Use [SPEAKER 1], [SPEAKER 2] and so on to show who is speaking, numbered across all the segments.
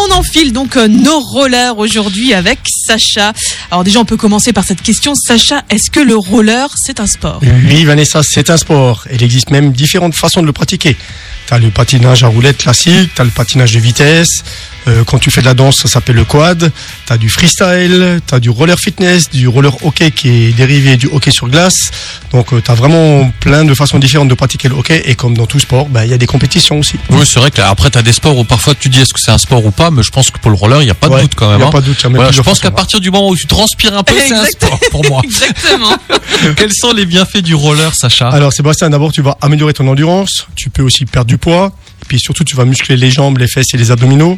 [SPEAKER 1] on enfile donc euh, nos rollers aujourd'hui avec Sacha. Alors déjà, on peut commencer par cette question. Sacha, est-ce que le roller, c'est un sport
[SPEAKER 2] Oui, Vanessa, c'est un sport. Il existe même différentes façons de le pratiquer. Tu as le patinage à roulette classique, tu as le patinage de vitesse. euh, quand tu fais de la danse, ça s'appelle le quad. Tu as du freestyle, tu as du roller fitness, du roller hockey qui est dérivé du hockey sur glace. Donc tu as vraiment plein de façons différentes de pratiquer le hockey. Et comme dans tout sport, ben, il y a des compétitions aussi.
[SPEAKER 3] Oui, c'est vrai que là, après, t'as des sports où parfois tu dis est-ce que c'est un sport ou pas, mais je pense que pour le roller, il n'y a pas de
[SPEAKER 2] Ouais,
[SPEAKER 3] doute quand même.
[SPEAKER 2] Il y a
[SPEAKER 3] hein.
[SPEAKER 2] pas de doute, il y a même
[SPEAKER 3] Voilà, je
[SPEAKER 2] plusieurs
[SPEAKER 3] pense
[SPEAKER 2] façons
[SPEAKER 3] qu'à
[SPEAKER 2] de
[SPEAKER 3] partir du moment où tu transpires un peu, c'est un
[SPEAKER 1] Exact.
[SPEAKER 3] sport pour moi.
[SPEAKER 1] Exactement.
[SPEAKER 3] Quels sont les bienfaits du roller, Sacha
[SPEAKER 2] Alors Sébastien, d'abord tu vas améliorer ton endurance, tu peux aussi perdre du poids, et puis surtout tu vas muscler les jambes, les fesses et les abdominaux.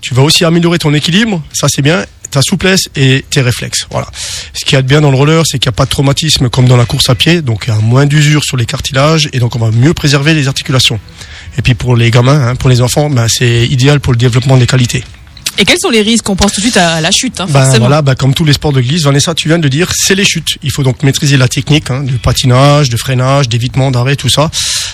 [SPEAKER 2] Tu vas aussi améliorer ton équilibre, ça c'est bien, ta souplesse et tes réflexes. Voilà. Ce qu'il y a de bien dans le roller, c'est qu'il n'y a pas de traumatisme comme dans la course à pied, donc il y a moins d'usure sur les cartilages et donc on va mieux préserver les articulations. Et puis pour les gamins, hein, pour les enfants, ben, c'est idéal pour le développement des qualités.
[SPEAKER 1] Et quels sont les risques On pense tout de suite à la chute, hein,
[SPEAKER 2] Ben,
[SPEAKER 1] forcément.
[SPEAKER 2] voilà, ben, comme tous les sports de glisse, Vanessa, tu viens de le dire, c'est les chutes. Il faut donc maîtriser la technique hein, de patinage, de freinage, d'évitement, d'arrêt, tout ça.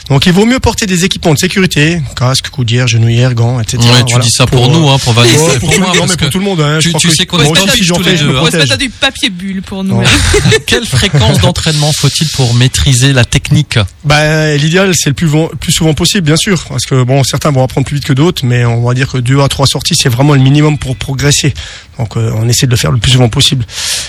[SPEAKER 2] Donc il vaut mieux porter des équipements de sécurité, casque, coudière, genouillère, gants, etc.
[SPEAKER 3] Ouais, Tu
[SPEAKER 2] Voilà.
[SPEAKER 3] dis ça pour, nous, hein, pour Vanessa
[SPEAKER 2] Ouais,
[SPEAKER 3] et
[SPEAKER 2] pour,
[SPEAKER 3] pour
[SPEAKER 2] tout le
[SPEAKER 3] moi.
[SPEAKER 2] monde, non,
[SPEAKER 3] parce
[SPEAKER 2] mais pour
[SPEAKER 3] que-
[SPEAKER 2] tout le monde. Hein,
[SPEAKER 3] tu-
[SPEAKER 2] je crois
[SPEAKER 3] tu
[SPEAKER 2] que-
[SPEAKER 3] sais qu'on
[SPEAKER 2] moi
[SPEAKER 3] se
[SPEAKER 2] aussi,
[SPEAKER 3] tape
[SPEAKER 2] si j'en
[SPEAKER 3] tous les
[SPEAKER 2] fais, je
[SPEAKER 3] deux,
[SPEAKER 2] me
[SPEAKER 3] hein.
[SPEAKER 1] On va se
[SPEAKER 2] protège.
[SPEAKER 1] mettre à du papier bulle pour nous.
[SPEAKER 2] Ouais.
[SPEAKER 3] Quelle fréquence d'entraînement faut-il pour maîtriser la technique
[SPEAKER 2] Ben, l'idéal, c'est le plus, vo- plus souvent possible, bien sûr, parce que bon, certains vont apprendre plus vite que d'autres, mais on va dire que deux à trois sorties, c'est vraiment le minimum pour progresser. Donc, euh, on essaie de le faire le plus souvent possible.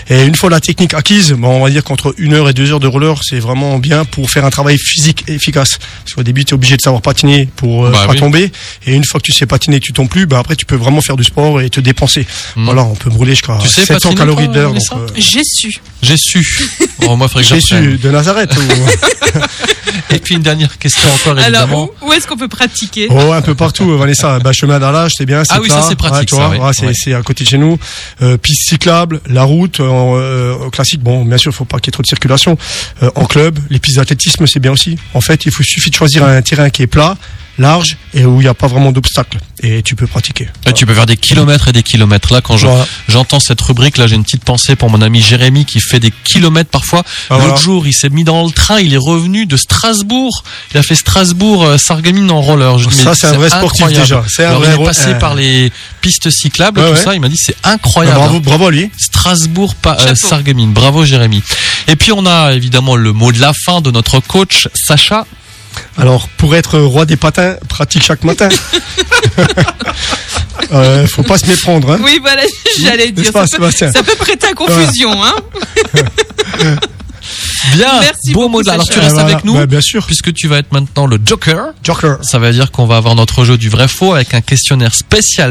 [SPEAKER 2] Et une fois la technique acquise, ben, on va dire qu'entre une heure et deux heures de roller, c'est vraiment bien pour faire un travail physique efficace. Parce qu'au début, tu es obligé de savoir patiner pour euh,
[SPEAKER 3] Bah
[SPEAKER 2] pas
[SPEAKER 3] oui.
[SPEAKER 2] tomber, et une fois que tu sais patiner, et que tu tombes plus, ben après, tu peux vraiment faire du sport et te dépenser.
[SPEAKER 3] Hmm.
[SPEAKER 2] Voilà, on peut brûler jusqu'à
[SPEAKER 3] Tu sais
[SPEAKER 2] 700
[SPEAKER 3] patiner,
[SPEAKER 2] calories
[SPEAKER 3] toi,
[SPEAKER 2] de l'heure. Donc,
[SPEAKER 3] Vanessa
[SPEAKER 2] euh,
[SPEAKER 1] J'ai su.
[SPEAKER 3] J'ai su. Oh, moi, faudrait que
[SPEAKER 2] j'ai
[SPEAKER 3] j'apprenne.
[SPEAKER 2] su de Nazareth. ou-
[SPEAKER 3] Et puis une dernière question encore, évidemment.
[SPEAKER 1] Alors, où, où est-ce qu'on peut pratiquer
[SPEAKER 2] Oh, un peu partout, euh, Vanessa. Bah, chemin d'Arlage, c'est bien. c'est
[SPEAKER 3] Ah oui, ça,
[SPEAKER 2] plat.
[SPEAKER 3] c'est pratique,
[SPEAKER 2] tu vois,
[SPEAKER 3] ça, ouais.
[SPEAKER 2] voilà, c'est
[SPEAKER 3] Ouais.
[SPEAKER 2] c'est à côté de chez nous. Euh, piste cyclable, la route, euh, euh, classique. Bon, bien sûr, faut pas qu'il y ait trop de circulation. Euh, en club, les pistes d'athlétisme, c'est bien aussi. En fait, il faut suffit de choisir un terrain qui est plat, large et où il n'y a pas vraiment d'obstacles. Et tu peux pratiquer.
[SPEAKER 3] Là, Eh, tu peux faire des kilomètres et des kilomètres. Là, quand je-
[SPEAKER 2] Voilà.
[SPEAKER 3] j'entends cette rubrique, là, j'ai une petite pensée pour mon ami Jérémy qui fait des kilomètres parfois.
[SPEAKER 2] Ah,
[SPEAKER 3] L'autre
[SPEAKER 2] voilà.
[SPEAKER 3] jour, il s'est mis dans le train, il est revenu de Strasbourg. Il a fait Strasbourg-Sarreguemines en roller. Je dis, mais
[SPEAKER 2] Ça, c'est un vrai sportif
[SPEAKER 3] incroyable.
[SPEAKER 2] déjà. C'est un
[SPEAKER 3] Alors,
[SPEAKER 2] vrai.
[SPEAKER 3] il est passé
[SPEAKER 2] euh,
[SPEAKER 3] par les pistes cyclables,
[SPEAKER 2] Ouais,
[SPEAKER 3] tout
[SPEAKER 2] ouais.
[SPEAKER 3] ça. Il m'a dit, c'est
[SPEAKER 2] bah,
[SPEAKER 3] incroyable.
[SPEAKER 2] bravo, bravo à lui.
[SPEAKER 3] Strasbourg, pa- euh,
[SPEAKER 1] Chapeau.
[SPEAKER 3] Sarreguemines. Bravo, Jérémy. Et puis, on a évidemment le mot de la fin de notre coach, Sacha.
[SPEAKER 2] Alors, pour être roi des patins, pratique chaque matin. euh, faut pas se méprendre. Hein.
[SPEAKER 1] Oui, voilà, j'allais
[SPEAKER 2] N'est-ce
[SPEAKER 1] dire.
[SPEAKER 2] pas, Ah.
[SPEAKER 1] Ça peut,
[SPEAKER 2] Sébastien
[SPEAKER 1] ça peut prêter à confusion. Hein
[SPEAKER 3] Bien.
[SPEAKER 1] Merci
[SPEAKER 3] Beau
[SPEAKER 1] beaucoup,
[SPEAKER 3] mot de la- Alors,
[SPEAKER 1] Sacha.
[SPEAKER 3] tu restes
[SPEAKER 2] Voilà.
[SPEAKER 3] avec nous.
[SPEAKER 2] Ouais, Bien sûr.
[SPEAKER 3] Puisque tu vas être maintenant le Joker,
[SPEAKER 2] Joker.
[SPEAKER 3] ça veut dire qu'on va avoir notre jeu du vrai-faux avec un questionnaire spécial